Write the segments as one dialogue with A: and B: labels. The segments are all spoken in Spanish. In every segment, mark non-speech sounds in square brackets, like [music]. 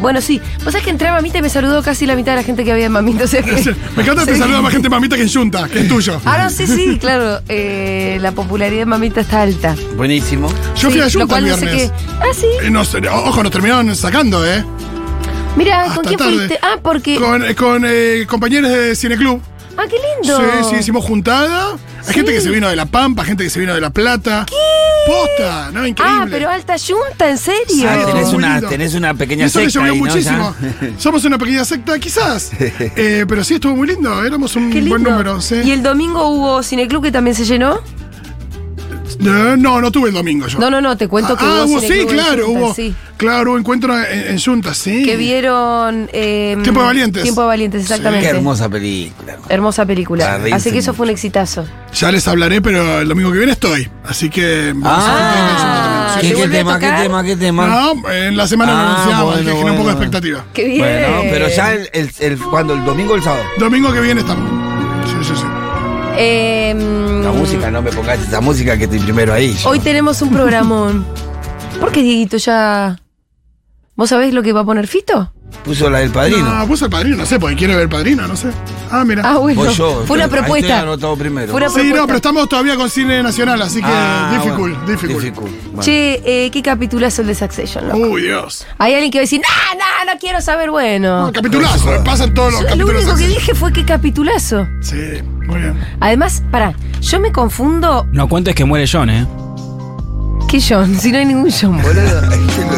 A: Bueno, sí. Vos sabés que entré a Mamita y me saludó casi la mitad de la gente que había en Mamita. O sea que,
B: [laughs] Me encanta que te
A: Sí.
B: saluda más gente mamita que en Junta, que es tuyo.
A: Ah, no, sí, sí, claro. Eh, la popularidad de Mamita está alta.
C: Buenísimo.
B: Yo fui
A: Sí,
B: a
A: lo
B: Junta
A: cual
B: el
A: no sé
B: viernes.
A: qué- Ah, sí.
B: Eh, no sé, ojo, nos terminaron sacando, ¿eh?
A: Mira,
B: Hasta
A: ¿con quién
B: tarde.
A: fuiste? Ah, porque.
B: Con, eh, con, eh, compañeros de Cineclub.
A: Ah, qué lindo.
B: Sí, sí, hicimos juntada. Hay gente que se vino de La Pampa, gente que se vino de La Plata. ¿Qué? Posta, ¿no? Increíble.
A: Ah, pero alta yunta, en serio.
C: Ah,
B: Dios.
C: tenés,
B: Muy
C: una,
B: lindo.
C: tenés una pequeña
B: Eso le
C: secta
B: llovió
C: ahí, ¿no?
B: muchísimo.
C: Ya.
B: [laughs] Somos una pequeña secta,
C: [laughs]
B: quizás. Eh, pero sí, estuvo muy lindo. Éramos un
A: Qué lindo.
B: buen número. sí.
A: Y el domingo hubo cineclub que también se llenó.
B: Eh, No, no tuve el domingo yo.
A: No, no, no, te cuento que
B: ah,
A: hubo
B: hubo,
A: cineclub
B: sí,
A: en
B: claro,
A: Junta,
B: hubo,
A: sí.
B: claro, hubo encuentro en, en Junta, sí.
A: Que vieron. eh,
B: Tiempo de Valientes.
A: Tiempo de Valientes, exactamente.
C: Qué hermosa película.
A: Hermosa película.
C: Clarísimo.
A: Así que eso fue un exitazo.
B: Ya les hablaré, pero el domingo que viene estoy. Así que. vamos
A: Ah,
B: a-
A: ¿te
C: ¿qué, qué
A: vuelve a
C: tema, qué
A: tocar?
C: tema, qué tema?
B: No, en la semana
C: Ah,
B: lo anunciamos,
C: bueno,
B: que genera un poco de
C: bueno.
B: expectativa.
A: Qué bien.
C: Bueno, pero ya el, el, el- cuando el domingo o el sábado.
B: Domingo que viene estamos. Sí, sí, sí.
A: Eh,
C: La música, no me pongas esa música que estoy primero ahí.
A: Hoy tenemos un programón. ¿Por qué, Dieguito, ya. ¿Vos sabés lo que va a poner Fito?
C: Puso la del
B: Ah,
C: padrino.
B: puso el padrino, no sé, porque quiere ver el padrino, no sé. Ah, mira.
A: Ah, bueno.
C: Voy yo.
A: fue una
C: Ahí estoy
A: propuesta.
C: anotado primero.
A: Fue una
B: sí,
A: propuesta.
B: no, pero estamos todavía con cine nacional, así que
C: Ah,
B: difícil,
C: bueno.
B: difícil.
C: Bueno.
A: Che, eh, ¿qué capitulazo el de Succession? loco?
B: Uy, Dios.
A: Hay alguien que va a decir, no, no, no quiero saber, bueno.
B: No, capitulazo, me pasan todos los
A: Yo lo
B: capítulos.
A: único que dije fue que capitulazo.
B: Sí, muy bien.
A: Además, pará, yo me confundo
D: No cuentes que muere John, ¿eh?
A: que John, si no hay ningún John, [laughs] boludo.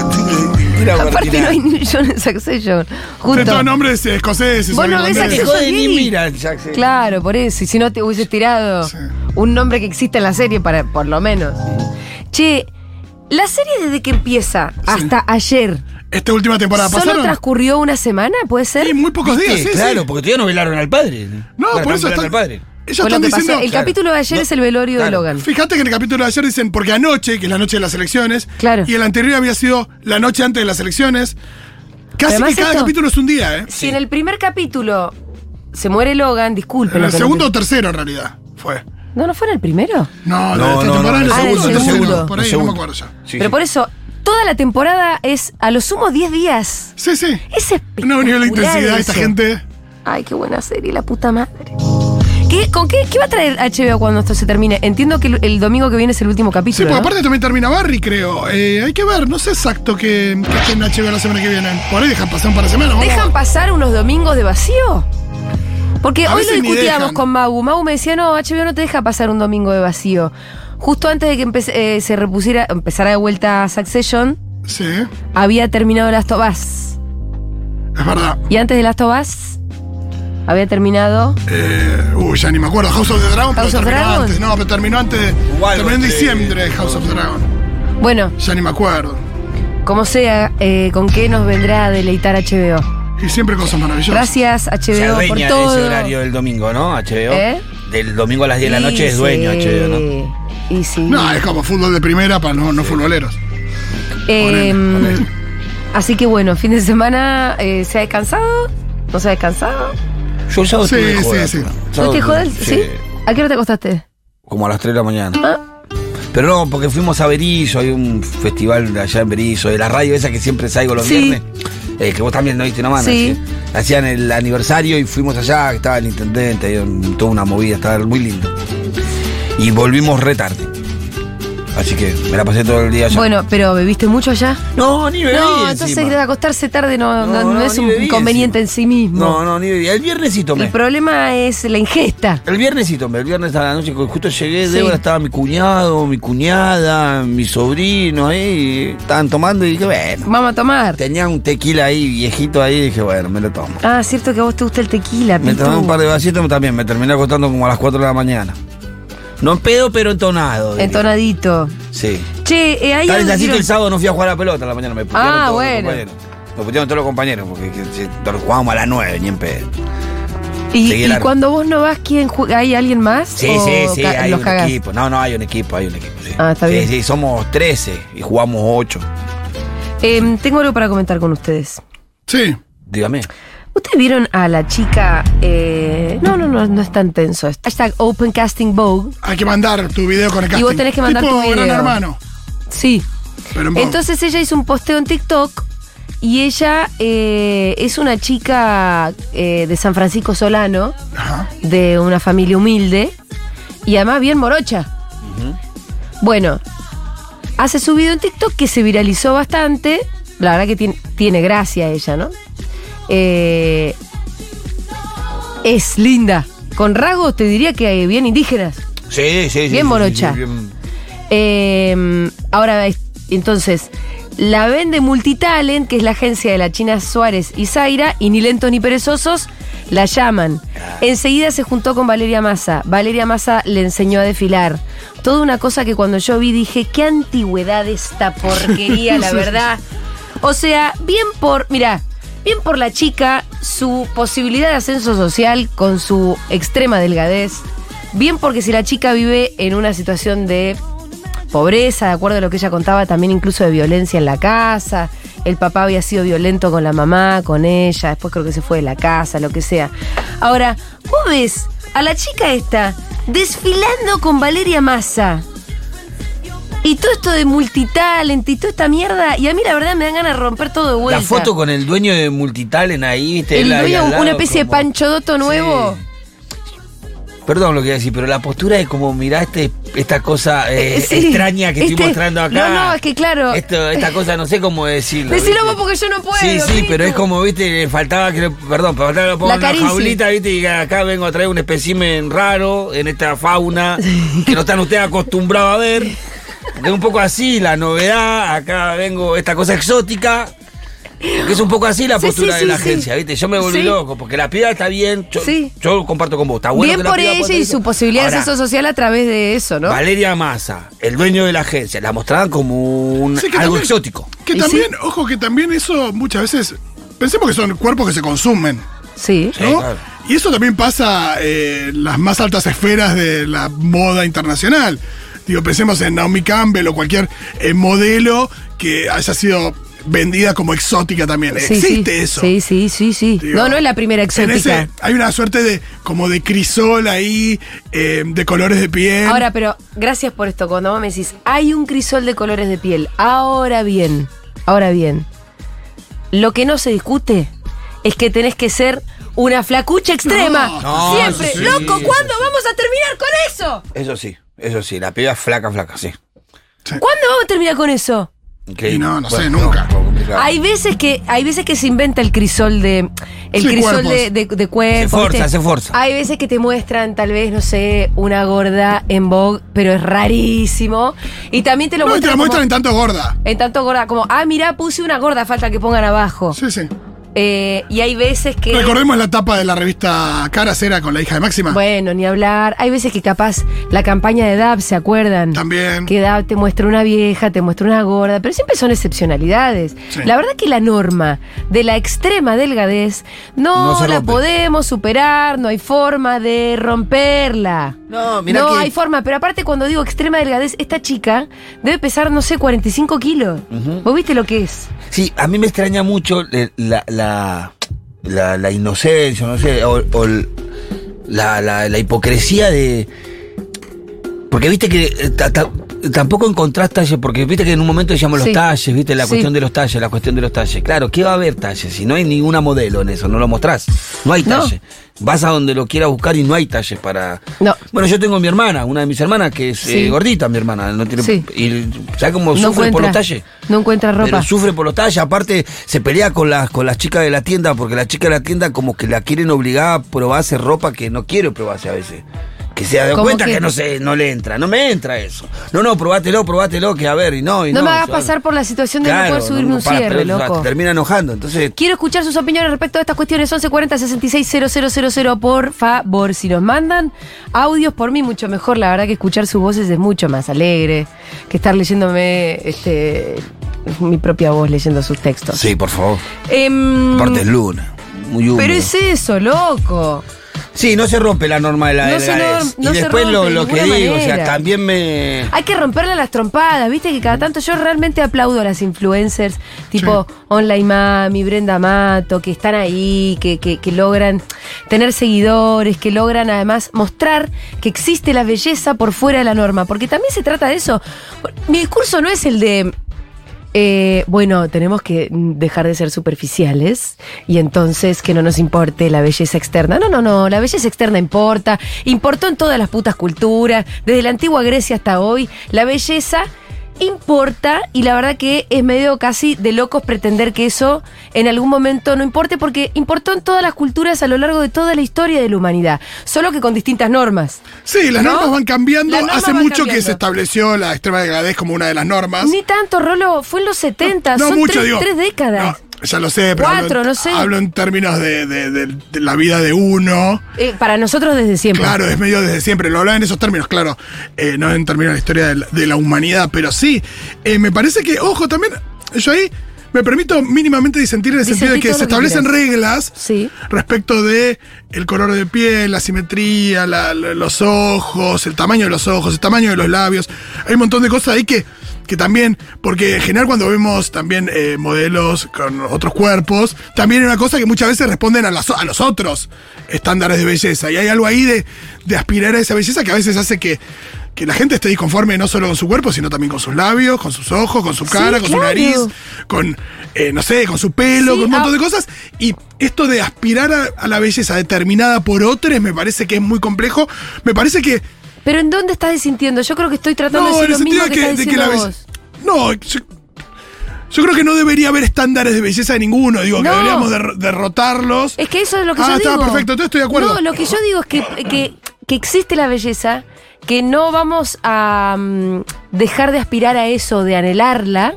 C: Mira,
A: Aparte
C: Martina.
A: no hay ningún John en Succession.
B: De todos
A: Junto.
B: nombres eh, escoceses.
A: Vos no ves a
B: holandeses.
A: que-
C: Joder, ni
A: Gay.
C: mira el Jackson.
A: Claro, por eso. Y si no te hubieses tirado
B: Sí.
A: un nombre que existe en la serie, para, por lo menos. Che, la serie desde que empieza hasta ayer,
B: Esta última temporada
A: ¿solo
B: pasaron.
A: transcurrió una semana? ¿puede ser?
B: Sí, muy pocos días,
C: Sí,
B: sí,
C: claro,
B: sí.
C: porque todavía no velaron al padre.
B: No,
C: Bueno,
B: por eso
C: velaron
B: están.
C: al padre.
B: Ellos
A: Fue lo
B: están
A: que pasó.
B: diciendo.
A: El capítulo de ayer
C: No,
A: es el velorio
C: claro.
A: de Logan.
B: Fíjate que en el capítulo de ayer dicen, porque anoche, que es la noche de las elecciones,
A: Claro.
B: y el anterior había sido la noche antes de las elecciones. Casi
A: Además
B: que cada
A: esto-
B: capítulo es un día, ¿eh?
A: Si en el primer capítulo se muere Logan, disculpen.
B: En
A: lo
B: el
A: que no
B: segundo o
A: te-
B: tercero, en realidad, fue.
A: No, no fue en el primero.
B: No, no,
C: No, no,
B: esta temporada
C: no,
B: en el
A: ah, en el
B: segundo, tercero,
A: segundo.
B: por
C: El
B: ahí, no me
C: segundo.
B: acuerdo ya.
C: Sí,
A: Pero
C: sí.
A: por eso, toda la temporada es a lo sumo 10 días.
B: Sí, sí.
A: Es espectacular.
B: No, nivel de intensidad, esta
A: eso.
B: gente.
A: Ay, qué buena serie, la puta madre. ¿Qué, ¿Con qué, qué va a traer HBO cuando esto se termine? Entiendo que el, el domingo que viene es el último
B: Sí,
A: capítulo. ¿no?
B: porque aparte también termina Barry, creo. Eh, hay que ver, no sé exacto que, que esté en HBO la semana que viene. Por ahí dejan pasar un par de semanas. vamos.
A: ¿Dejan pasar unos domingos de vacío? Porque
B: A
A: hoy lo
B: veces ni
A: discutíamos
B: dejan.
A: con Mau. Mau me decía, no, HBO no te deja pasar un domingo de vacío. Justo antes de que empece- eh, se repusiera, empezara de vuelta Succession,
B: Sí, es
A: había terminado Last of Us.
B: verdad.
A: Y antes de Last of Us, había terminado...
B: Eh, uy, ya ni me acuerdo. House of the Dragon,
A: House
B: pero
A: of
B: terminó
A: Dragon.
B: antes. No, pero terminó antes.
C: Wild
B: terminó en
C: West,
B: diciembre
C: eh,
B: House of the Dragon.
A: Bueno,
B: Ya ni me acuerdo.
A: como sea, eh, ¿con qué nos vendrá a deleitar HBO?
B: Y siempre cosas maravillosas.
A: Gracias
C: Se
A: HBO
C: adueña
A: por
C: de
A: todo.
C: ese horario del domingo, ¿no? HBO.
A: ¿Eh?
C: Del domingo a las 10 de la noche es dueño
A: sí.
C: HBO, ¿no? eh,
A: Y sí.
B: No, es como fútbol de primera para no, no futboleros.
A: Eh,
B: ponele, ponele.
A: Así que bueno, fin de semana eh, se ha descansado, no se ha descansado.
C: Yo el sábado
B: Sí,
C: estuve de joda,
B: sí, sí.
C: pero-
A: ¿No
C: sábado
A: te jodas?
C: estuve-
A: ¿Sí? ¿A qué hora te acostaste?
C: Como a las 3 de la mañana.
A: Ah,
C: Pero no, porque fuimos a Berizo, hay un festival de allá en Berizo, de la radio esa que siempre salgo los
A: Sí.
C: viernes, eh, que vos también no diste una mano.
A: Sí.
C: ¿sí? Hacían el aniversario y fuimos allá, que estaba el intendente, había un- toda una movida, estaba muy lindo. Y volvimos re tarde. Así que me la pasé todo el día allá.
A: bueno, pero ¿bebiste mucho allá?
C: no, ni bebí.
A: no,
C: encima.
A: entonces acostarse tarde no, no- no es
C: ni
A: un
C: bebí
A: inconveniente en sí
C: encima.
A: mismo.
C: No, no, ni bebí. El viernes sí tomé.
A: El problema es la ingesta.
C: El viernes sí tomé, el viernes a la noche, cu- justo llegué,
A: Sí.
C: Débora, estaba mi cuñado, mi cuñada, mi sobrino ahí, estaban tomando y dije, bueno,
A: Vamos a tomar.
C: tenía un tequila ahí, viejito ahí, y dije, bueno, me lo tomo.
A: Ah, cierto que a vos te gusta el tequila,
C: Me
A: Pitu.
C: tomé un par de vasitos también, me terminé acostando como a las 4 de la mañana. No en pedo, pero entonado. diría.
A: Entonadito.
C: Sí.
A: Che, eh, hay
C: Tal
A: algo
C: vez
A: que
C: así que
A: quiero-
C: el sábado no fui a jugar a la pelota a la mañana, me putearon
A: Ah,
C: todos
A: bueno.
C: los compañeros. Me putearon todos los compañeros, porque que- que- jugábamos a las 9, ni en pedo.
A: Y,
C: Seguí
A: y
C: largo.
A: cuando vos no vas, ¿quién juega? ¿Hay alguien más?
C: Sí,
A: ¿O
C: sí, sí,
A: ca-
C: hay
A: los
C: un
A: cagás?
C: equipo. No, no, hay un equipo, hay un equipo. sí.
A: Ah, está
C: Sí,
A: bien.
C: Sí, somos 13 y jugamos 8.
A: Em, tengo algo para comentar con ustedes.
B: Sí.
C: Dígame.
A: ¿Ustedes vieron a la chica? eh, No, no, no, no es tan tenso esto. Hashtag Open Casting Vogue.
B: Hay que mandar tu video con el casting.
A: vos tenés que mandar
B: tipo
A: tu video.
B: Gran hermano.
A: Sí.
B: Pero en voz.
A: Entonces ella hizo un posteo en TikTok Y ella eh, es una chica eh, de San Francisco Solano,
B: Ajá.
A: de una familia humilde, y además bien morocha. Bueno, hace su video en TikTok que se viralizó bastante. La verdad que tiene, tiene gracia ella, ¿no? Eh, es linda. Con rasgos te diría que eh, bien indígenas.
C: Sí, sí, sí.
A: Bien
C: sí,
A: morocha.
C: sí, sí, bien.
A: Eh, ahora, es- entonces, la vende Multitalent, que es la agencia de la China Suárez y Zaira, y ni lentos ni perezosos la llaman. Enseguida se juntó con Valeria Massa. Valeria Massa le enseñó a desfilar. Toda una cosa que cuando yo vi dije, qué antigüedad esta porquería, la verdad. O sea, bien por, mira, bien por la chica, su posibilidad de ascenso social con su extrema delgadez. Bien porque si la chica vive en una situación de pobreza, de acuerdo a lo que ella contaba, también incluso de violencia en la casa. El papá había sido violento con la mamá, con ella, después creo que se fue de la casa, lo que sea. Ahora, vos ves a la chica esta desfilando con Valeria Massa. Y todo esto de multitalent y toda esta mierda. Y a mí la verdad me dan ganas de romper todo de vuelta.
C: La foto con el dueño de Multitalent ahí, ¿viste?
A: El
C: Él ahí
A: dueño,
C: al lado,
A: una especie de
C: como-
A: Pancho Dotto nuevo.
C: Perdón lo que voy a decir, pero la postura es como, mirá este, esta cosa eh,
A: Eh, sí.
C: extraña que
A: Este-
C: estoy mostrando acá.
A: No, no, es que claro.
C: Esto- esta cosa no sé cómo decirlo.
A: Decilo
C: ¿viste?
A: vos porque yo no puedo,
C: Sí, sí,
A: Pitu.
C: pero es como, viste, le faltaba que. lo- Perdón, pero faltaba que lo ponga
A: La
C: en una
A: caricia.
C: jaulita, viste, y acá vengo a traer un espécimen raro en esta fauna que no están ustedes
A: [laughs]
C: acostumbrados a ver. Es un poco así la novedad, acá vengo esta cosa exótica. Que es un poco así la
A: Sí,
C: postura
A: sí,
C: de la
A: sí, sí.
C: agencia, ¿viste? Yo me volví
A: Sí.
C: loco, porque la piedra está bien, yo,
A: Sí.
C: yo comparto con vos, está bueno.
A: Bien
C: que la
A: por
C: piba
A: ella
C: pueda
A: y
C: hacer
A: su
C: eso.
A: posibilidad de
C: Ahora,
A: acceso social a través de eso, ¿no?
C: Valeria Massa, el dueño de la agencia, la mostraban como un,
B: Sí, que
C: algo
B: también-
C: exótico.
B: Que
A: ¿Y
B: también, ojo, que también eso muchas veces. Pensemos que son cuerpos que se consumen,
A: Sí.
C: Sí,
B: ¿no?
C: claro.
B: Y eso también pasa eh, en las más altas esferas de la moda internacional. Digo, pensemos en Naomi Campbell o cualquier eh, modelo que haya sido vendida como exótica también.
A: Sí,
B: Existe
A: sí.
B: eso.
A: Sí, sí, sí, sí.
B: Digo,
A: no, no es la primera
B: En
A: exótica.
B: ese, hay una suerte de como de crisol ahí, eh, de colores de piel.
A: Ahora, pero gracias por esto. Cuando vos me decís, hay un crisol de colores de piel. Ahora bien, ahora bien. Lo que no se discute es que tenés que ser una flacucha extrema.
C: No,
A: Siempre.
C: eso sí,
A: Loco,
C: eso
A: ¿cuándo vamos a terminar con eso?
C: Eso sí, eso sí, la piba flaca, flaca, sí.
A: ¿Cuándo vamos a terminar con eso?
C: Increíble.
B: Y no, no sé, nunca.
C: fue complicado.
A: Hay veces que hay veces que se inventa el crisol de el
B: Sí,
A: crisol
B: cuerpos.
A: de, de, de cuerpos,
C: Se forza,
A: ¿viste?
C: se forza.
A: Hay veces que te muestran tal vez no sé una gorda en Vogue, pero es rarísimo y también te lo
B: no, y te
A: muestran,
B: la
A: como-
B: muestran en tanto gorda.
A: en tanto gorda como ah mira puse una gorda falta que pongan abajo
B: Sí, sí.
A: Eh, y hay veces que
B: Recordemos la tapa de la revista Caras era con la hija de Máxima.
A: bueno ni hablar hay veces que capaz la campaña de DAP se acuerdan
B: También.
A: que da- te muestra una vieja, te muestra una gorda, pero siempre son excepcionalidades.
B: Sí.
A: La verdad que la norma de la extrema delgadez no,
C: No se
A: la
C: rompe.
A: podemos superar, no hay forma de romperla.
C: No, mirá
A: No
C: que-
A: hay forma, pero aparte cuando digo extrema delgadez, esta chica debe pesar, no sé, 45 kilos. ¿Vos viste lo que es?
C: Sí, a mí me extraña mucho eh, la, la, la, la inocencia, no sé, o, o el- la, la- la hipocresía de... Porque viste que eh, ta- ta- tampoco encontrás talles, porque viste que en un momento decíamos
A: Sí.
C: los talles, viste, la
A: Sí.
C: cuestión de los talles, la cuestión de los talles. Claro, ¿qué va a haber talles? Si no hay ninguna modelo en eso, no lo mostrás. No hay
A: No.
C: talles. Vas a donde lo quiera buscar y no hay talles para...
A: No.
C: Bueno, yo tengo mi hermana, una de mis hermanas, que es eh,
A: Sí.
C: gordita, mi hermana. No tiene,
A: Sí.
C: Y ¿sabes cómo
A: no
C: sufre
A: encuentra,
C: por los talles?
A: No encuentra ropa.
C: Pero sufre por los tallas, aparte se pelea con las con las chicas de la tienda, porque las chicas de la tienda como que la quieren obligar a probarse ropa que no quiere probarse a veces. Que se da
A: Como
C: cuenta
A: que-
C: que, no se, no le entra, no me entra eso. No, no, probátelo, probátelo, que a ver, y no, y
A: no,
C: no.
A: me hagas
C: yo-
A: pasar por la situación de no
C: Claro,
A: poder subirme un
C: para,
A: cierre,
C: pero, o sea,
A: loco.
C: te Termina enojando, entonces
A: Quiero escuchar sus opiniones respecto a estas cuestiones. 1140 000 por favor. Si nos mandan audios, por mí mucho mejor. La verdad que escuchar sus voces es mucho más alegre que estar leyéndome este, mi propia voz leyendo sus textos.
C: Sí, por favor.
A: Em,
C: Aparte es luna. Muy húmedo.
A: pero es eso, loco.
C: Sí, no se rompe la norma de la
A: No
C: de
A: se
C: la-
A: norm- no
C: Y
A: se
C: después lo,
A: rompe de
C: lo que
A: ninguna
C: digo, o sea,
A: manera. Ah,
C: también me.
A: Hay que romperle las trompadas, viste que cada tanto yo realmente aplaudo a las influencers, tipo Online Mami, Brenda Mato, que están ahí, que, que- que logran tener seguidores, que logran además mostrar que existe la belleza por fuera de la norma, porque también se trata de eso. Mi discurso no es el de Eh, bueno, tenemos que dejar de ser superficiales y entonces que no nos importe la belleza externa. No, no, no, la belleza externa importa, importó en todas las putas culturas, desde la antigua Grecia hasta hoy, la belleza importa y la verdad que es medio casi de locos pretender que eso en algún momento no importe porque importó en todas las culturas a lo largo de toda la historia de la humanidad, solo que con distintas normas.
B: Sí, las
A: ¿No?
B: normas van cambiando.
A: Las normas
B: Hace
A: van
B: mucho que
A: cambiando.
B: se estableció la extrema delgadez como una de las normas.
A: Ni tanto, Rolo, fue en los 70,
B: Ah. no
A: son
B: mucho,
A: tres,
B: digo.
A: tres décadas.
B: No, ya lo sé, pero
A: Cuatro,
B: hablo, en,
A: no sé.
B: hablo en términos de, de- de- de la vida de uno.
A: Eh, para nosotros desde siempre.
B: Claro, es medio desde siempre, lo hablaba en esos términos, claro, eh, no en términos de la historia de la, de la humanidad, pero sí, eh, me parece que, ojo, también, yo ahí me permito mínimamente disentir en el
A: Disentí
B: sentido de que
A: todo
B: se
A: lo que
B: establecen
A: quieras.
B: reglas
A: Sí.
B: respecto de el color de piel, la simetría, la- la- los ojos, el tamaño de los ojos, el tamaño de los labios. Hay un montón de cosas ahí que, que también, porque en general cuando vemos también eh, modelos con otros cuerpos, también es una cosa que muchas veces responden a, las- a los otros estándares de belleza. Y hay algo ahí de, de aspirar a esa belleza que a veces hace que... Que la gente esté disconforme no solo con su cuerpo, sino también con sus labios, con sus ojos, con su cara, con
A: claro.
B: su nariz, con, eh, no sé, con su pelo,
A: Sí,
B: con un montón
A: ah,
B: de cosas. Y esto de aspirar a, a la belleza determinada por otros me parece que es muy complejo. Me parece que.
A: Pero ¿en dónde estás disintiendo? Yo creo que estoy tratando
B: No,
A: de
B: en
A: decir
B: el
A: lo
B: sentido
A: mismo que,
B: de que,
A: estás
B: de que
A: diciendo
B: la belleza.
A: vos.
B: No, yo, yo creo que no debería haber estándares de belleza de ninguno. Digo,
A: No.
B: que deberíamos derr- derrotarlos.
A: Es que eso es lo que
B: Ah,
A: yo digo.
B: está, perfecto, entonces estoy de acuerdo.
A: No, lo que yo digo es que, que, que existe la belleza, que no vamos a mm, dejar de aspirar a eso, de anhelarla,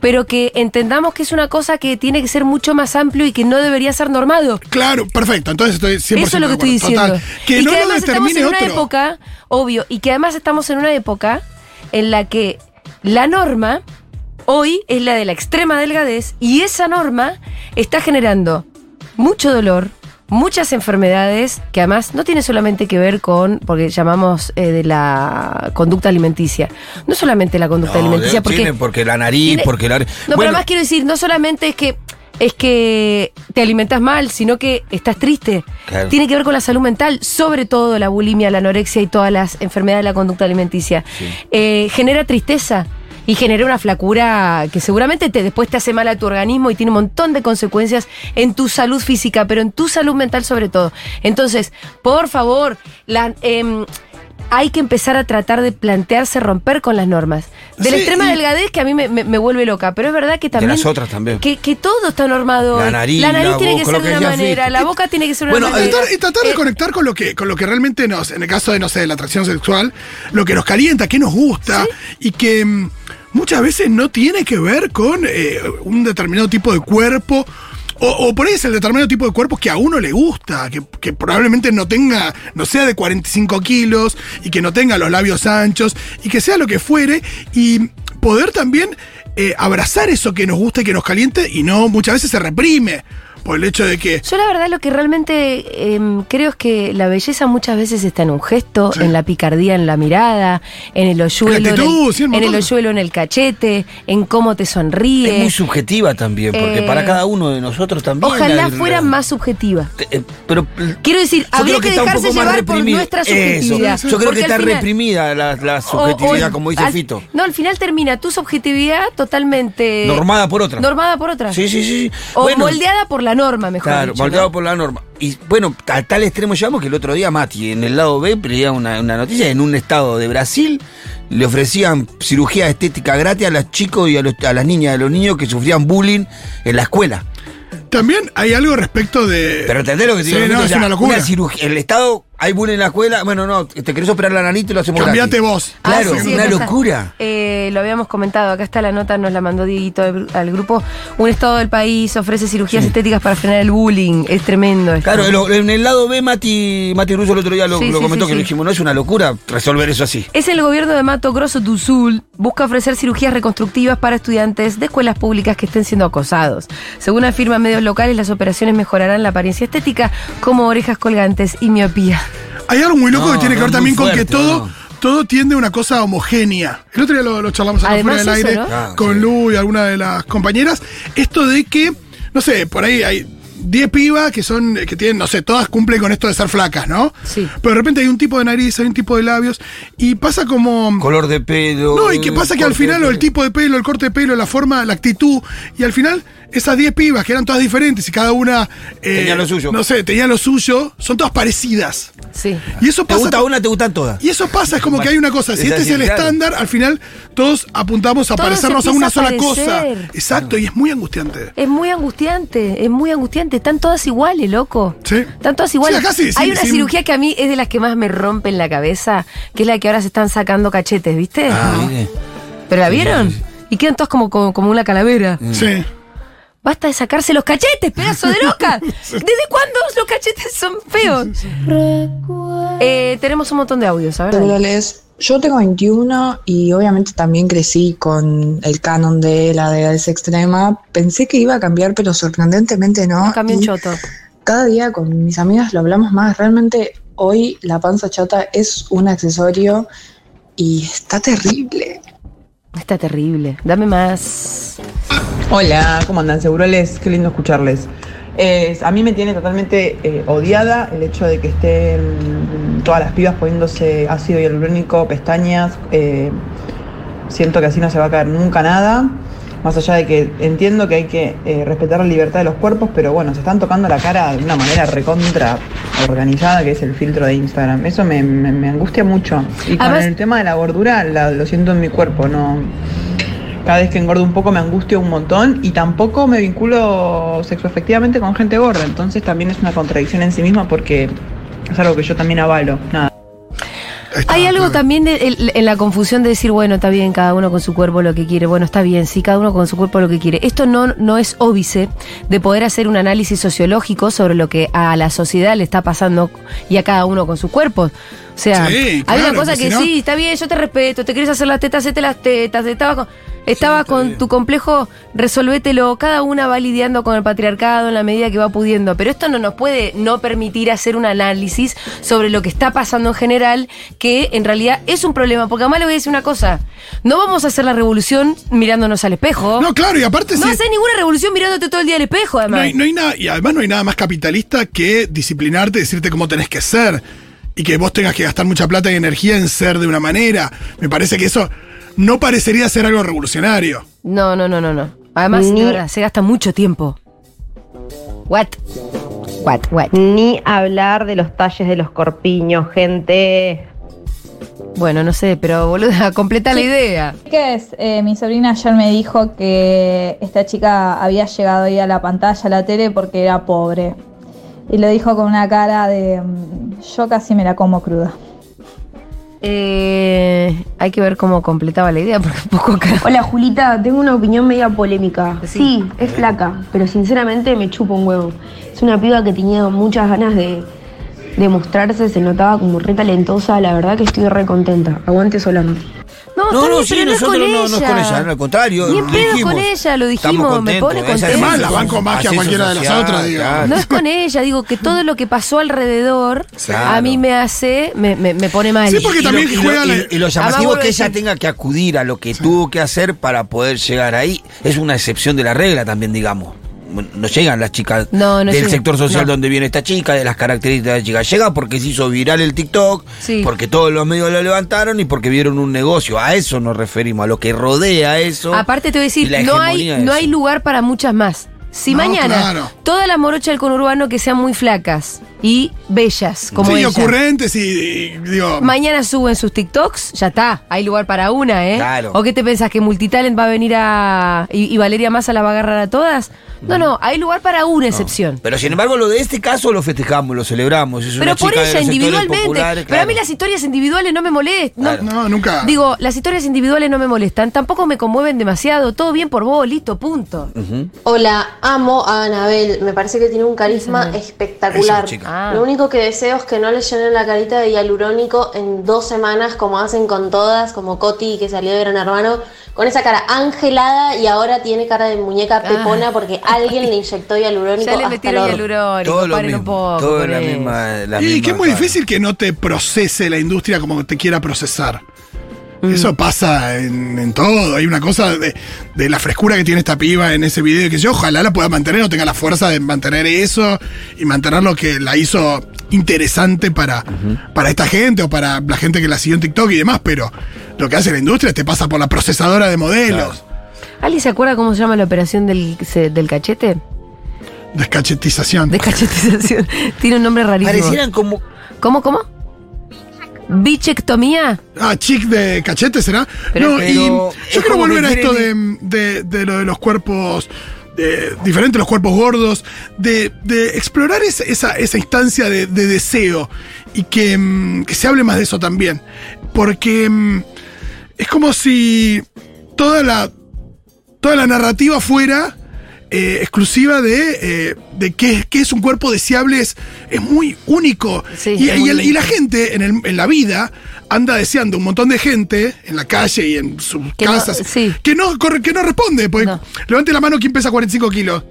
A: pero que entendamos que es una cosa que tiene que ser mucho más amplio y que no debería ser normado.
B: Claro, perfecto. Entonces estoy 100%
A: Eso es lo
B: de
A: que estoy
B: acuerdo.
A: diciendo.
B: Total. Que
A: y
B: no
A: que
B: lo
A: además estamos
B: determine
A: en una
B: otro.
A: época, obvio, y que además estamos en una época en la que la norma hoy es la de la extrema delgadez y esa norma está generando mucho dolor. Muchas enfermedades que además no tiene solamente que ver con, porque llamamos eh, de la conducta alimenticia, no solamente la conducta alimenticia,
C: tiene-
A: porque
C: porque la nariz,
A: tiene-
C: porque la.
A: no, pero además quiero decir, no solamente es que es que te alimentas mal, sino que estás triste.
C: Claro.
A: Tiene que ver con la salud mental, sobre todo la bulimia, la anorexia y todas las enfermedades de la conducta alimenticia. Eh, genera tristeza y genera una flacura que seguramente te, después te hace mal a tu organismo y tiene un montón de consecuencias en tu salud física, pero en tu salud mental sobre todo. Entonces, por favor, la... em, hay que empezar a tratar de plantearse romper con las normas. De la
B: Sí,
A: extrema
B: y-
A: delgadez que a mí me, me- me vuelve loca, pero es verdad que también.
C: las otras también.
A: Que, que todo está normado.
C: La
A: hoy.
C: nariz,
A: la nariz
C: la
A: tiene
C: boca,
A: que
C: lo
A: ser de
C: que
A: una
C: hayas
A: manera,
C: visto.
A: la boca tiene que ser de
C: Bueno,
A: una
B: Y
A: manera.
B: tratar, y tratar de
A: Eh,
B: conectar con lo que con lo que realmente nos, en el caso de, no sé, de la atracción sexual, lo que nos calienta, que nos gusta y que mm, muchas veces no tiene que ver con eh, un determinado tipo de cuerpo. O, o por ahí es el determinado tipo de cuerpo que a uno le gusta, que, que probablemente no tenga, no sea de 45 kilos y que no tenga los labios anchos y que sea lo que fuere y poder también eh, abrazar eso que nos gusta y que nos caliente y no muchas veces se reprime por el hecho de que
A: Yo la verdad lo que realmente em, creo es que la belleza muchas veces está en un gesto,
B: Sí.
A: en la picardía, en la mirada, en el hoyuelo,
B: En la actitud,
A: el,
B: sí, un
A: en el
B: montón.
A: hoyuelo, en el cachete, en cómo te sonríe.
C: Es muy subjetiva también, porque
A: Eh,
C: para cada uno de nosotros también.
A: Ojalá
C: hay-
A: fuera más subjetiva.
C: Eh, Pero.
A: Quiero decir,
C: yo
A: habría
C: creo
A: que,
C: está un
A: dejarse
C: poco más
A: llevar por
C: reprimido.
A: nuestra
C: Eso.
A: subjetividad.
C: Yo creo
A: Porque
C: que
A: al
C: está
A: final-
C: reprimida la, la
A: o- o-
C: subjetividad, como dice
A: al-
C: Fito.
A: No, al final termina tu subjetividad totalmente.
C: Normada por otra.
A: Normada por otra.
C: Sí, sí, sí. sí.
A: O
C: Bueno,
A: moldeada por la norma, mejor.
C: Claro,
A: dicho, ¿no?
C: moldeado por la norma. Y bueno, a tal extremo llegamos que el otro día Mati, en el lado B, leía una, una noticia en un estado de Brasil, le ofrecían cirugía estética gratis a los chicos y a, los- a las niñas, a los niños que sufrían bullying en la escuela.
B: También hay algo respecto de.
C: Pero entendés lo que te digo.
B: Sí, no,
C: Fito?
B: es
C: Ya,
B: una locura.
C: cirugía- el estado, hay bullying en la escuela, bueno, no, te querés operar la nanita y lo hacemos
B: Cambiate
C: gratis.
B: vos.
A: Ah,
C: Claro,
A: sí, sí,
C: una
A: acá está.
C: locura.
A: Eh, lo habíamos comentado, acá está la nota, nos la mandó Dieguito al, al grupo. Un estado del país ofrece cirugías estéticas para frenar el bullying. Es tremendo esto.
C: Claro, lo- en el lado B, Mati, Mati Russo el otro día lo,
A: Sí,
C: lo
A: sí,
C: comentó
A: sí,
C: que
A: sí.
C: lo dijimos, no es una locura resolver eso así.
A: Es el gobierno de Mato Grosso do Sul. Busca ofrecer cirugías reconstructivas para estudiantes de escuelas públicas que estén siendo acosados. Según afirman medios locales, las operaciones mejorarán la apariencia estética, como orejas colgantes y miopía.
B: Hay algo muy loco
C: No,
B: que tiene que
C: no,
B: ver
C: es
B: también
C: muy
B: con
C: fuerte,
B: que todo.
C: no.
B: Todo tiende a una cosa homogénea. El otro día lo, lo charlamos acá
A: Además
B: fuera del
A: eso,
B: aire
A: ¿no?
C: Ah,
B: con
C: sí.
B: Lu y alguna de las compañeras. Esto de que, no sé, por ahí hay 10 pibas que son, que tienen, no sé, todas cumplen con esto de ser flacas, ¿no?
A: Sí.
B: Pero de repente hay un tipo de nariz, hay un tipo de labios, y pasa como.
C: Color de pelo.
B: No, y que pasa que al
C: corte de
B: final, o el
C: pelo.
B: tipo de pelo, el corte de pelo, la forma, la actitud, y al final, esas 10 pibas que eran todas diferentes y cada una. eh,
C: Tenía lo suyo.
B: No sé, tenía lo suyo, son todas parecidas.
A: Sí.
B: Y eso
C: ¿Te
B: pasa.
C: gusta una, te gustan todas?
B: Y eso pasa, es como que hay una cosa. Si
C: Es
B: este es el
C: así, claro.
B: estándar, al final todos apuntamos a
A: Todo se
B: parecernos a
A: empieza
B: una
A: a
B: sola cosa.
A: parecer.
B: Exacto, y es muy angustiante.
A: Es muy angustiante, es muy angustiante. Están todas iguales, loco.
B: Sí.
A: Están todas iguales.
B: Sí, acá sí, sí,
A: Hay una
B: sí.
A: cirugía que a mí es de las que más me rompe en la cabeza, que es la que ahora se están sacando cachetes, ¿viste?
C: Ah, mire.
A: ¿Pero la vieron? Y quedan todas como, como, como una calavera.
C: Mm.
B: Sí.
A: Basta de sacarse los cachetes, pedazo de
B: [laughs]
A: loca. ¿Desde cuándo los cachetes son feos? Eh, tenemos un montón de audios, a ver.
D: Hola,
A: dale.
D: Les. Yo tengo 21 y obviamente también crecí con el canon de la delgadez extrema. Pensé que iba a cambiar, pero sorprendentemente no.
A: Un camión
D: Y
A: choto.
D: Cada día con mis amigas lo hablamos más. Realmente hoy la panza chata es un accesorio y está terrible.
A: Está terrible. Dame más.
E: Hola, ¿cómo andan? Seguroles, qué lindo escucharles. Eh, a mí me tiene totalmente eh, odiada el hecho de que estén todas las pibas poniéndose ácido hialurónico, pestañas. eh, siento que así no se va a caer nunca nada. Más allá de que entiendo que hay que eh, respetar la libertad de los cuerpos, pero bueno, se están tocando la cara de una manera recontra organizada, que es el filtro de Instagram. Eso me, me- me angustia mucho. Y con
A: Además-
E: el tema de la gordura, la- lo siento en mi cuerpo, no. Cada vez que engordo un poco me angustio un montón y tampoco me vinculo sexoafectivamente con gente gorda. Entonces también es una contradicción en sí misma porque es algo que yo también avalo. Nada.
B: Ahí está,
A: Hay algo
B: claro.
A: también de- el- en la confusión de decir, bueno, está bien, cada uno con su cuerpo lo que quiere. Bueno, está bien, sí, cada uno con su cuerpo lo que quiere. Esto no, no es óbice de poder hacer un análisis sociológico sobre lo que a la sociedad le está pasando y a cada uno con su cuerpo. O sea,
B: Sí,
A: hay una
B: claro,
A: cosa
B: pues,
A: que
B: si no-
A: sí, está bien, yo te respeto, te quieres hacer las tetas, hacete las tetas, estabas con, estabas con tu complejo, resolvételo, cada una va lidiando con el patriarcado en la medida que va pudiendo, pero esto no nos puede no permitir hacer un análisis sobre lo que está pasando en general, que en realidad es un problema, porque además le voy a decir una cosa, no vamos a hacer la revolución mirándonos al espejo, no,
B: No, claro, y aparte
A: vas
B: sí,
A: a hacer ninguna revolución mirándote todo el día al espejo,
B: no
A: además.
B: hay, no hay nada, y además no hay nada más capitalista que disciplinarte, decirte cómo tenés que ser. Y que vos tengas que gastar mucha plata y energía en ser de una manera. Me parece que eso no parecería ser algo revolucionario.
A: No, no, no, no, no. Además, de
F: Ni-
A: verdad, se gasta mucho tiempo. What? What, what?
F: Ni hablar de los talles de los corpiños, gente.
A: Bueno, no sé, pero boluda, [laughs] completa la idea.
G: ¿Qué es? Eh, mi sobrina ayer me dijo que esta chica había llegado ahí a la pantalla, a la tele, porque era pobre. Y lo dijo con una cara de mm, yo casi me la como cruda.
A: Eh, hay que ver cómo completaba la idea, porque un poco acá. [laughs]
H: Hola Julita, tengo una opinión media polémica.
A: Sí.
H: Sí, es flaca, pero sinceramente me chupa un huevo. Es una piba que tenía muchas ganas de, de mostrarse, se notaba como re talentosa, la verdad que estoy re contenta. Aguante Solano.
C: No,
A: está
C: no,
A: bien,
C: sí,
A: pero
C: nosotros
A: es
C: no, no es con ella, no, al contrario.
A: Ni en
C: lo
A: pedo
C: dijimos.
A: con ella, lo
C: Estamos
A: dijimos, me
C: contentos,
A: pone
C: esa es
A: contenta.
C: la
A: Es más, la
B: banco más que a
C: ascenso
B: cualquiera de las
C: social,
B: otras, digo.
C: claro.
A: No es con ella, digo que todo lo que pasó alrededor
C: Claro.
A: a mí me hace, me, me- me pone mal.
B: Sí, porque
C: Y lo-
B: también
C: y lo,
B: juega la-
C: y- y lo
A: Además,
C: llamativo
A: vuelvo
C: es que
A: a
C: ella
A: decir-
C: tenga que acudir a lo que tuvo que hacer para poder llegar ahí. Es una excepción de la regla también, digamos. No llegan las chicas
A: No, no
C: del
A: llegan,
C: sector social
A: no.
C: donde viene esta chica, de las características de la chica. Llega porque se hizo viral el TikTok,
A: Sí.
C: porque todos los medios lo levantaron y porque vieron un negocio. A eso nos referimos, a lo que rodea eso.
A: Aparte te voy a
C: y
A: decir,
C: la
A: no hay,
C: hegemonía de
A: no
C: eso.
A: hay lugar para muchas más. Si
B: No,
A: mañana
B: claro.
A: todas las morochas del conurbano que sean muy flacas y bellas, como
B: sí,
A: ella,
B: ocurrentes y, y, digo.
A: mañana suben sus TikToks, ya está, hay lugar para una, ¿eh?
C: Claro.
A: ¿O qué te pensás que Multitalent va a venir a y, y Valeria Massa la va a agarrar a todas? No, no, hay lugar para una excepción.
C: Pero sin embargo, lo de este caso lo festejamos, lo celebramos. Es
A: Pero
C: una
A: por
C: chica de
A: ella
C: los sectores
A: individualmente.
C: populares,
A: Pero a mí
C: claro. Ah.
A: las historias individuales no me molestan. no-
C: Claro.
B: no, nunca.
A: Digo, las historias individuales no me molestan, tampoco me conmueven demasiado, todo bien por vos, listo, punto.
I: Hola, amo a Anabel, me parece que tiene un carisma espectacular.
C: Eso, chica.
A: Ah.
I: Lo único que deseo es que no le llenen la carita de hialurónico en dos semanas como hacen con todas, como Coti que salió de Gran Hermano, con esa cara angelada y ahora tiene cara de muñeca
A: Ah.
I: pepona porque alguien le inyectó
A: Ya
I: hialurónico.
A: le
I: hasta el
A: metieron
I: orto.
A: hialurónico,
C: Todo lo
A: paren un
C: mismo.
A: poco.
C: Todo
A: con
C: la
A: eso.
C: misma, la
B: y
C: misma
B: que es muy
C: cara.
B: difícil que no te procese la industria como te quiera procesar. Eso pasa en, en todo. Hay una cosa de, de la frescura que tiene esta piba en ese video que yo ojalá la pueda mantener o tenga la fuerza de mantener eso y mantener lo que la hizo interesante para, para esta gente o para la gente que la siguió en TikTok y demás, pero lo que hace la industria te pasa por la procesadora de modelos.
A: ¿Ali se acuerda cómo se llama la operación del, se- del cachete?
B: Descachetización.
A: Descachetización. [laughs] Tiene un nombre rarísimo.
C: Parecieran como.
A: ¿Cómo, cómo? ¿Bichectomía?
B: Ah, chic de cachete, ¿será?
A: Pero-
B: no, y
C: pero
B: yo
C: es
B: quiero
C: como
B: volver
C: que
B: a esto de,
C: quieren-
B: de- de lo de los cuerpos. De, diferentes los cuerpos gordos, de, de explorar esa, esa, esa instancia de, de deseo y que, mm, que se hable más de eso también. Porque mm, es como si toda la, toda la narrativa fuera eh, exclusiva de, eh, de qué, qué es un cuerpo deseable, es, es muy único.
A: Sí,
B: y,
A: es
B: y
A: muy
B: el- y la
A: único.
B: gente en, el- en la vida anda deseando un montón de gente en la calle y en sus
A: Que no-
B: casas
A: sí.
B: que, no, corre- que no responde. Porque
A: No.
B: Levante la mano quien pesa 45 kilos.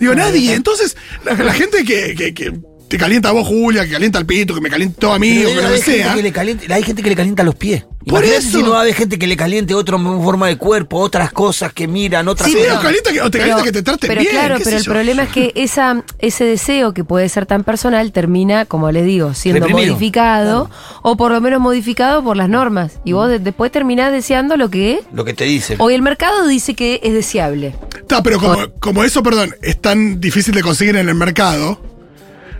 B: Digo, nadie. Entonces, la, la gente que, que- que te calienta a vos, Julia, que calienta al pito, que me calienta a mí, o que lo
C: hay,
B: que
C: gente
B: sea.
C: que le caliente- hay gente que le calienta los pies.
B: Por
C: Imagínate
B: eso.
C: Si no va a haber gente que le caliente otra forma de cuerpo, otras cosas que miran, otras
B: Sí,
C: cosas.
B: o calienta que- o te calienta que te traten
A: pero
B: bien,
A: claro,
B: qué
A: pero
B: sé
A: el
B: yo.
A: problema es
B: [laughs]
A: que esa, ese deseo que puede ser tan personal termina, como les digo, siendo
C: Reprimido.
A: modificado o por lo menos modificado por las normas. Y vos de- después terminás deseando lo que
C: Lo que te dice.
A: hoy el mercado dice que es deseable. [laughs]
B: Está, pero como, como eso, perdón, es tan difícil de conseguir en el mercado,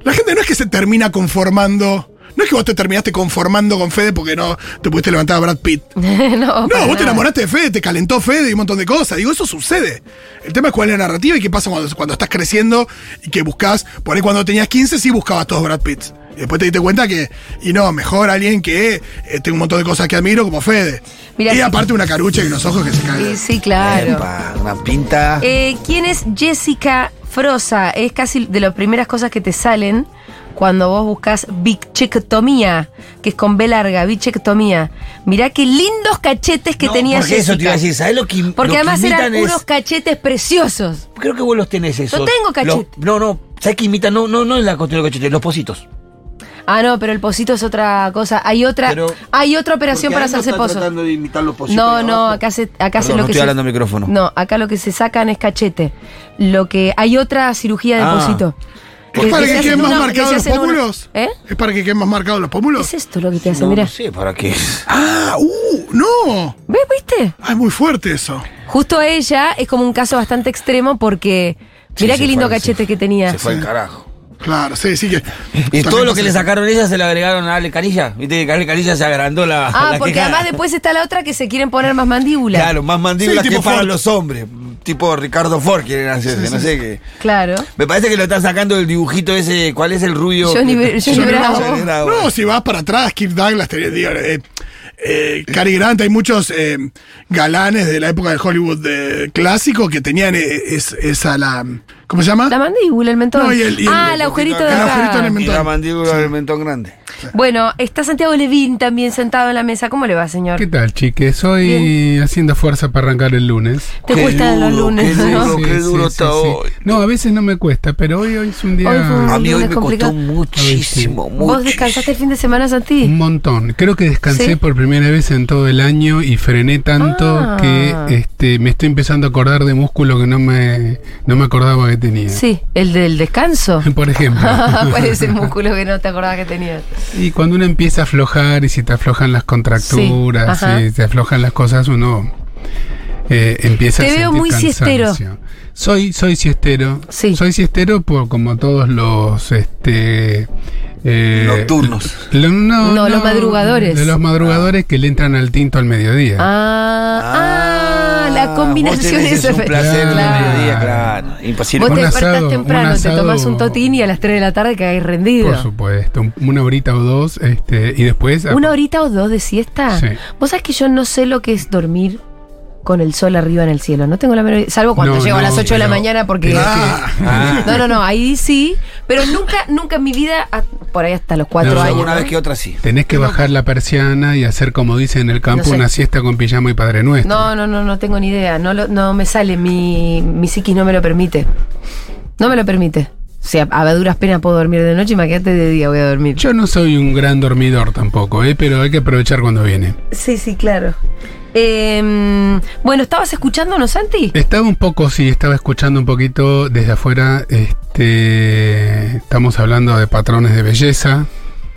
B: la gente no es que se termina conformando. No es que vos te terminaste conformando con Fede porque no te pudiste levantar a Brad Pitt.
A: no,
B: No,
A: para
B: vos
A: nada.
B: te enamoraste de Fede, te calentó Fede y un montón de cosas. Digo, eso sucede. El tema es cuál es la narrativa y qué pasa cuando, cuando estás creciendo y que buscas. Por ahí cuando tenías 15 sí buscabas todos Brad Pitts. Y después te diste cuenta que, y no, mejor alguien que eh, tenga un montón de cosas que admiro como Fede.
A: Mirá,
B: y aparte una carucha y unos ojos que se caen.
A: Y sí, claro.
C: Epa, una pinta.
A: Eh, ¿Quién es Jessica Frosa? Es casi de las primeras cosas que te salen cuando vos buscas bichectomía, que es con B larga, bichectomía. Mirá qué lindos cachetes que
C: No,
A: tenía
C: porque eso te
A: Jessica.
C: iba a decir, ¿sabes lo que
A: Porque
C: lo que
A: además
C: imitan
A: eran
C: es-
A: unos cachetes preciosos.
C: Creo que vos los tenés esos.
A: No tengo cachete.
C: Los- no, no, ¿sabes qué imitan? No, no, no es la cuestión de los cachetes, los positos.
A: Ah, no, pero el posito es otra cosa. Hay otra,
C: Pero-
A: hay otra operación para hacerse pozos.
C: de imitar los
A: No, no, acá se, acá se
C: Perdón,
A: lo
C: no
A: que
C: estoy
A: se-
C: hablando al micrófono.
A: No, acá lo que se sacan es cachete. Lo que hay otra cirugía de
C: Ah.
A: posito.
B: ¿Es para
A: se
B: que
A: hacen
B: queden más
A: una- que
B: marcados
A: se
B: los
A: hacen una-
B: pómulos?
A: ¿Eh?
B: ¿Es para que queden más marcados los
A: ¿Qué
B: pómulos?
A: es esto lo que te hacen?
C: No,
A: Mirá.
C: no sé para qué.
B: ¡Ah! ¡Uh! ¡No!
A: ¿Ves? ¿Viste?
B: Ah, es muy fuerte eso.
A: Justo a ella es como un caso bastante extremo porque mirá
C: Sí,
A: qué
C: se
A: lindo
C: fue,
A: cachete
C: se-
A: que tenía.
C: Se fue al carajo.
B: Claro, sí, sí que.
C: Y todo lo
B: también
C: que le
B: pasa-
C: sacaron ella se lo agregaron a Ale Canilla. Viste que Ale Canilla se agrandó la.
A: Ah,
C: [laughs] la
A: porque
C: quejada.
A: además después está la otra que se quieren poner más mandíbula.
C: Claro, más mandíbulas
B: Sí,
C: que
B: tipo
C: para
B: Ford.
C: los hombres. Tipo Ricardo Ford quieren hacerse, no sé qué.
A: Claro.
C: Me parece que lo están sacando del dibujito ese. ¿Cuál es el rubio?
A: Johnny Bra- Johnny Bravo.
C: Johnny Bravo.
B: No, si vas para atrás, Kirk Douglas, te, digo, eh, eh, Cary Grant, hay muchos eh, galanes de la época de Hollywood de- clásico que tenían eh, es- esa la. ¿Cómo se llama?
A: La mandíbula, el mentón.
B: No, y el- y el-
A: ah, el
B: el
A: agujerito
B: poquito
A: de
B: acá. El
A: acá.
B: agujerito en el-
C: Y la
B: mentón.
C: mandíbula del mentón grande.
A: Bueno, está Santiago Levín también sentado en la mesa. ¿Cómo le va, señor?
J: ¿Qué tal, chiques? Hoy haciendo fuerza para arrancar el lunes.
A: Te
C: Qué
A: cuestan los
C: duro,
A: lunes,
C: qué
A: ¿no?
C: duro. está hoy.
J: No, a veces no me cuesta, pero hoy, hoy es un día
A: Hoy fue un-
C: A mí
A: lunes
C: hoy me
A: complicado.
C: costó muchísimo, mucho.
A: ¿Vos descansaste el fin de semana, Santi?
J: un montón. Creo que descansé
A: ¿Sí?
J: por primera vez en todo el año y frené tanto
A: Ah.
J: que este, me estoy empezando a acordar de músculo que no me, no me acordaba que tenía.
A: Sí, el del
J: [laughs]
A: descanso. [laughs]
J: Por ejemplo.
A: ¿Cuál es el músculo que no te acordabas que tenías?
J: Y cuando uno empieza a aflojar y si te aflojan las contracturas,
A: Sí, ajá.
J: si te aflojan las cosas, uno eh, empieza
A: Te
J: a
A: veo
J: sentir
A: muy
J: cansancio.
A: siestero.
J: Soy, soy siestero.
A: Sí.
J: Soy siestero por como todos los este eh,
C: Nocturnos.
J: lo- no,
A: No, los madrugadores.
J: de Los madrugadores que le entran al tinto al mediodía.
A: Ah, ah, la combinación
C: es
A: esa.
C: un placer del
J: Claro.
C: mediodía, claro. Imposible.
A: Vos te
J: Un
A: despertás
J: asado,
A: temprano,
J: un
A: te
J: asado-
A: tomás un totín y a las 3 de la tarde caes rendido.
J: Por supuesto. un- Una horita o dos, este, y después.
A: ¿Una horita o dos de siesta?
J: Sí.
A: Vos sabés que yo no sé lo que es dormir con el sol arriba en el cielo. No tengo la menor idea. Salvo cuando
J: No,
A: llego a
J: no,
A: las 8 de la
J: pero-
A: mañana porque.
J: pero
B: Ah,
C: Ah.
A: [laughs] No, no, no, ahí sí. Pero nunca, nunca en mi vida, a- por ahí hasta los 4
J: No,
A: años.
C: Alguna
A: ¿no?
C: vez que otra sí.
J: Tenés que bajar la persiana y hacer, como dicen en el campo,
A: No sé.
J: una siesta con pijama y padre nuestro.
A: No, no, no, no tengo ni idea. No, lo- no me sale, mi, mi psiquis no me lo permite. No me lo permite. O sea, a duras penas puedo dormir de noche, imagínate de día voy a dormir.
J: Yo no soy un gran dormidor tampoco, ¿eh? pero hay que aprovechar cuando viene.
A: Sí, sí, claro. Eh, bueno, ¿estabas escuchándonos, Santi?
J: Estaba un poco, sí, estaba escuchando un poquito desde afuera. Este, estamos hablando de patrones de belleza.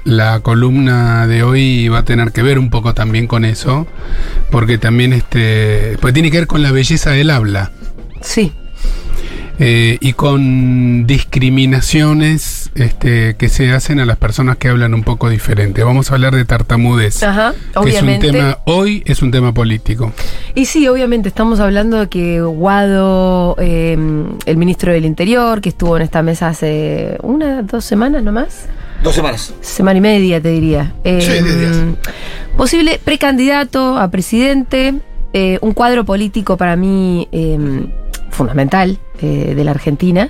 J: La columna de hoy va a tener que ver un poco también con eso, porque también este, pues tiene que ver con la belleza del habla.
A: Sí.
J: Eh, y con discriminaciones este, que se hacen a las personas que hablan un poco diferente. Vamos a hablar de tartamudez.
A: Ajá,
J: que es un
A: obviamente.
J: tema, hoy es un tema político.
A: Y sí, obviamente estamos hablando de que Guado, eh, el ministro del Interior, que estuvo en esta mesa hace una, dos semanas nomás,
C: Dos semanas.
A: semana y media te diría. Eh,
B: Sí, diez días.
A: Posible precandidato a presidente, eh, un cuadro político para mí eh, fundamental eh, de la Argentina,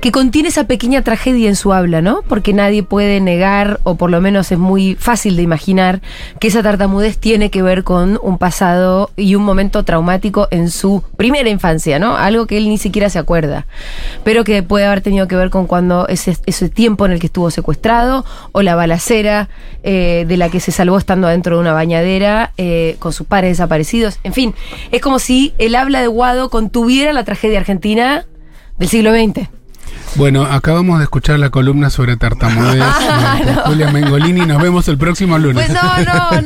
A: que contiene esa pequeña tragedia en su habla, ¿no? Porque nadie puede negar, o por lo menos es muy fácil de imaginar, que esa tartamudez tiene que ver con un pasado y un momento traumático en su primera infancia, ¿no? Algo que él ni siquiera se acuerda, pero que puede haber tenido que ver con cuando ese, ese tiempo en el que estuvo secuestrado o la balacera eh, de la que se salvó estando adentro de una bañadera eh, con sus padres desaparecidos. En fin, es como si el habla de Guado contuviera la tragedia argentina del siglo XX.
J: Bueno, acabamos de escuchar la columna sobre
A: [laughs]
J: tartamudez
A: Ah,
J: de
A: no.
J: Julia Mengolini. Nos vemos el próximo lunes.
A: Pues no, no,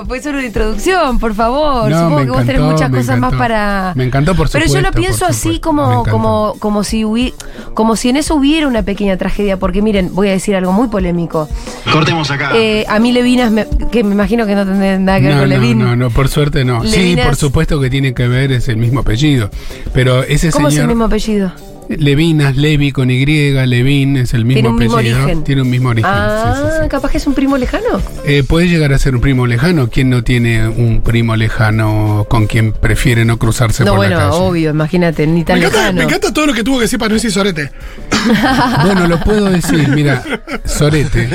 A: no, fue solo una introducción, por favor.
J: No,
A: Supongo
J: me
A: que vos tenés
J: encantó,
A: muchas
J: me
A: cosas más
J: encantó.
A: para...
J: Me encantó, por
A: Pero yo lo
J: supuesto,
A: pienso
J: por
A: así
J: supuesto. Me
A: como,
J: encantó.
A: como, como, si hubi- como si en eso hubiera una pequeña tragedia, porque miren, voy a decir algo muy polémico.
J: [laughs]
K: Cortemos acá.
A: Eh, a mí Levinas, me- que me imagino que no tendrá nada que ver
J: Ah. No,
A: con
J: no,
A: Levin.
J: no, no, por suerte no. Sí,
A: Levinas-
J: por supuesto que tiene que ver, es el mismo apellido. Pero ese
A: ¿Cómo es el
J: señor,
A: mismo apellido?
J: Levinas, Levi con Y, Levin, es el mismo
A: Tiene un mismo
J: apellido.
A: origen.
J: Tiene un mismo origen. sí, sí,
A: ah,
J: sí.
A: capaz que es un primo lejano.
J: Eh, puede llegar a ser un primo lejano. ¿Quién no tiene un primo lejano con quien prefiere no cruzarse
A: no,
J: por
A: bueno,
J: la calle?
A: obvio, imagínate, ni
B: Me
A: tan
B: encanta,
A: lejano.
B: me encanta todo lo que tuvo que decir para no decir sorete.
J: Bueno, lo puedo decir, mira, Sorete,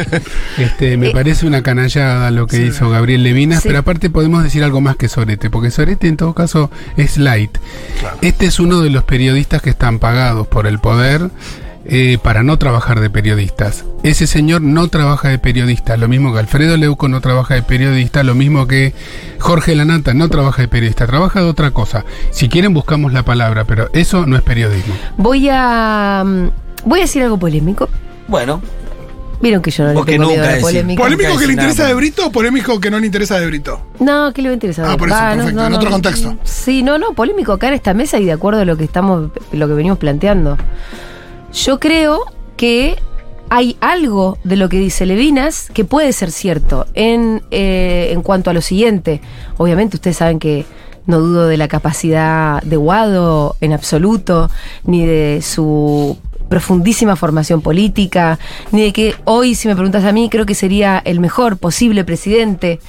J: este, me
A: Eh.
J: parece una canallada lo que hizo Gabriel Levinas,
A: Sí.
J: pero aparte podemos decir algo más que Sorete, porque Sorete en todo caso es light. Este es uno de los periodistas que están pagados por el poder. eh, para no trabajar de periodistas. Ese señor no trabaja de periodista, lo mismo que Alfredo Leuco no trabaja de periodista, lo mismo que Jorge Lanata no trabaja de periodista, trabaja de otra cosa. Si quieren buscamos la palabra, pero eso no es periodismo.
A: Voy a. mm, Voy a decir algo polémico.
C: Bueno,
A: Vieron que yo no le
C: Vos que
A: tengo miedo
C: nunca
A: a la
C: decís.
A: polémica.
B: ¿Polémico que le
C: Nada
B: interesa
C: más.
B: de Brito o polémico que no le interesa de Brito?
A: No, que le va a interesar.
B: Ah, por eso,
A: no,
B: perfecto,
A: no,
B: en
A: no.
B: otro contexto.
A: Sí, no, no, polémico acá en esta mesa y de acuerdo a lo que estamos, lo que venimos planteando. Yo creo que hay algo de lo que dice Levinas que puede ser cierto en, eh, en cuanto a lo siguiente. Obviamente ustedes saben que no dudo de la capacidad de Guado en absoluto, ni de su profundísima formación política, ni de que hoy, si me preguntas a mí, creo que sería el mejor posible presidente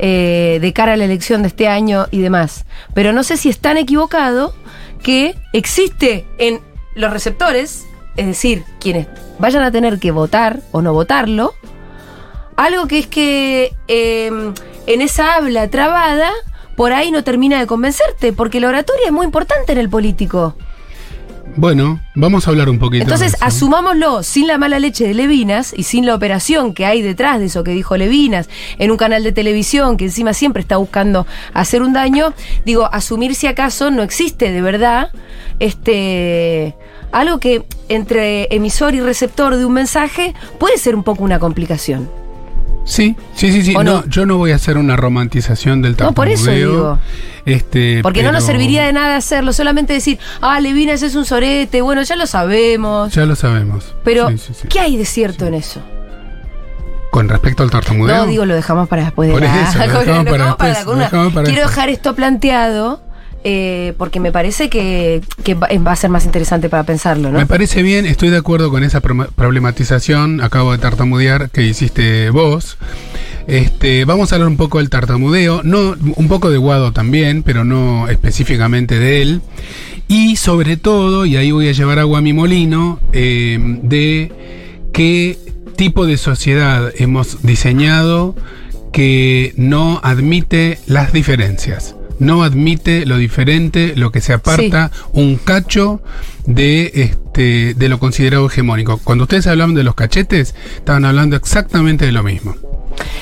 A: eh, de cara a la elección de este año y demás. Pero no sé si es tan equivocado que existe en los receptores, es decir, quienes vayan a tener que votar o no votarlo, algo que es que eh, en esa habla trabada, por ahí no termina de convencerte, porque la oratoria es muy importante en el político.
J: Bueno, vamos a hablar un poquito.
A: Entonces,
J: de eso.
A: asumámoslo sin la mala leche de Levinas y sin la operación que hay detrás de eso que dijo Levinas en un canal de televisión que encima siempre está buscando hacer un daño, digo, asumir si acaso no existe de verdad este algo que entre emisor y receptor de un mensaje puede ser un poco una complicación.
J: Sí, sí, sí, sí.
A: ¿O
J: No,
A: no?
J: yo no voy a hacer una romantización del
A: No, por
J: tartamudeo.
A: eso digo.
J: Este,
A: Porque no nos
J: pero
A: serviría de nada hacerlo, solamente decir, ah, Levinas es un sorete, bueno, ya lo sabemos.
J: Ya lo sabemos.
A: pero,
J: Sí, sí, sí.
A: ¿qué hay de cierto en eso?
J: Con respecto al tartamudeo.
A: No, digo, lo dejamos para después de
J: Por
A: la, [laughs]
J: eso, lo
A: columna, lo
J: dejamos para
A: dejamos para
J: después,
A: la
J: lo
A: columna.
J: dejamos para
A: Quiero
J: después.
A: dejar esto planteado eh, porque me parece que, que va va a ser más interesante para pensarlo, ¿no?
J: Me parece bien, estoy de acuerdo con esa proma- problematización, acabo de tartamudear, que hiciste vos. Este, vamos a hablar un poco del tartamudeo, no, un poco de Guado también, pero no específicamente de él. Y sobre todo, y ahí voy a llevar agua a mi molino, eh, de qué tipo de sociedad hemos diseñado que no admite las diferencias. No admite lo diferente, lo que se aparta un cacho de este este, de lo considerado hegemónico. Cuando ustedes hablaban de los cachetes, estaban hablando exactamente de lo mismo.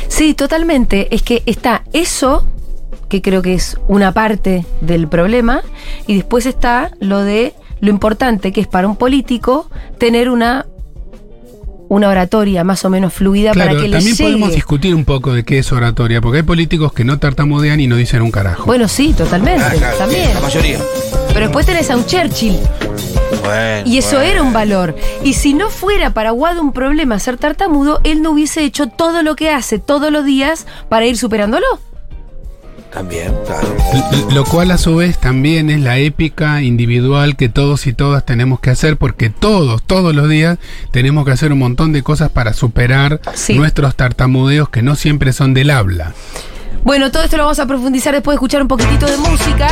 A: Sí, totalmente. Es que está eso, que creo que es una parte del problema, y después está lo de lo importante que es para un político tener una una oratoria más o menos fluida
J: Claro,
A: para que le
J: también
A: llegue.
J: podemos discutir un poco de qué es oratoria, porque hay políticos que no tartamudean y no dicen un carajo.
A: Bueno, sí, totalmente,
C: Claro,
A: también.
C: La mayoría.
A: Pero después tenés a un Churchill
C: Bueno,
A: y eso
C: bueno.
A: era un valor. Y si no fuera para Wad un problema ser tartamudo, él no hubiese hecho todo lo que hace todos los días para ir superándolo.
C: También, claro.
J: L- Lo cual a su vez también es la épica individual que todos y todas tenemos que hacer porque todos, todos los días tenemos que hacer un montón de cosas para superar
A: Sí.
J: nuestros tartamudeos que no siempre son del habla.
A: Bueno, todo esto lo vamos a profundizar después de escuchar un poquitito de música.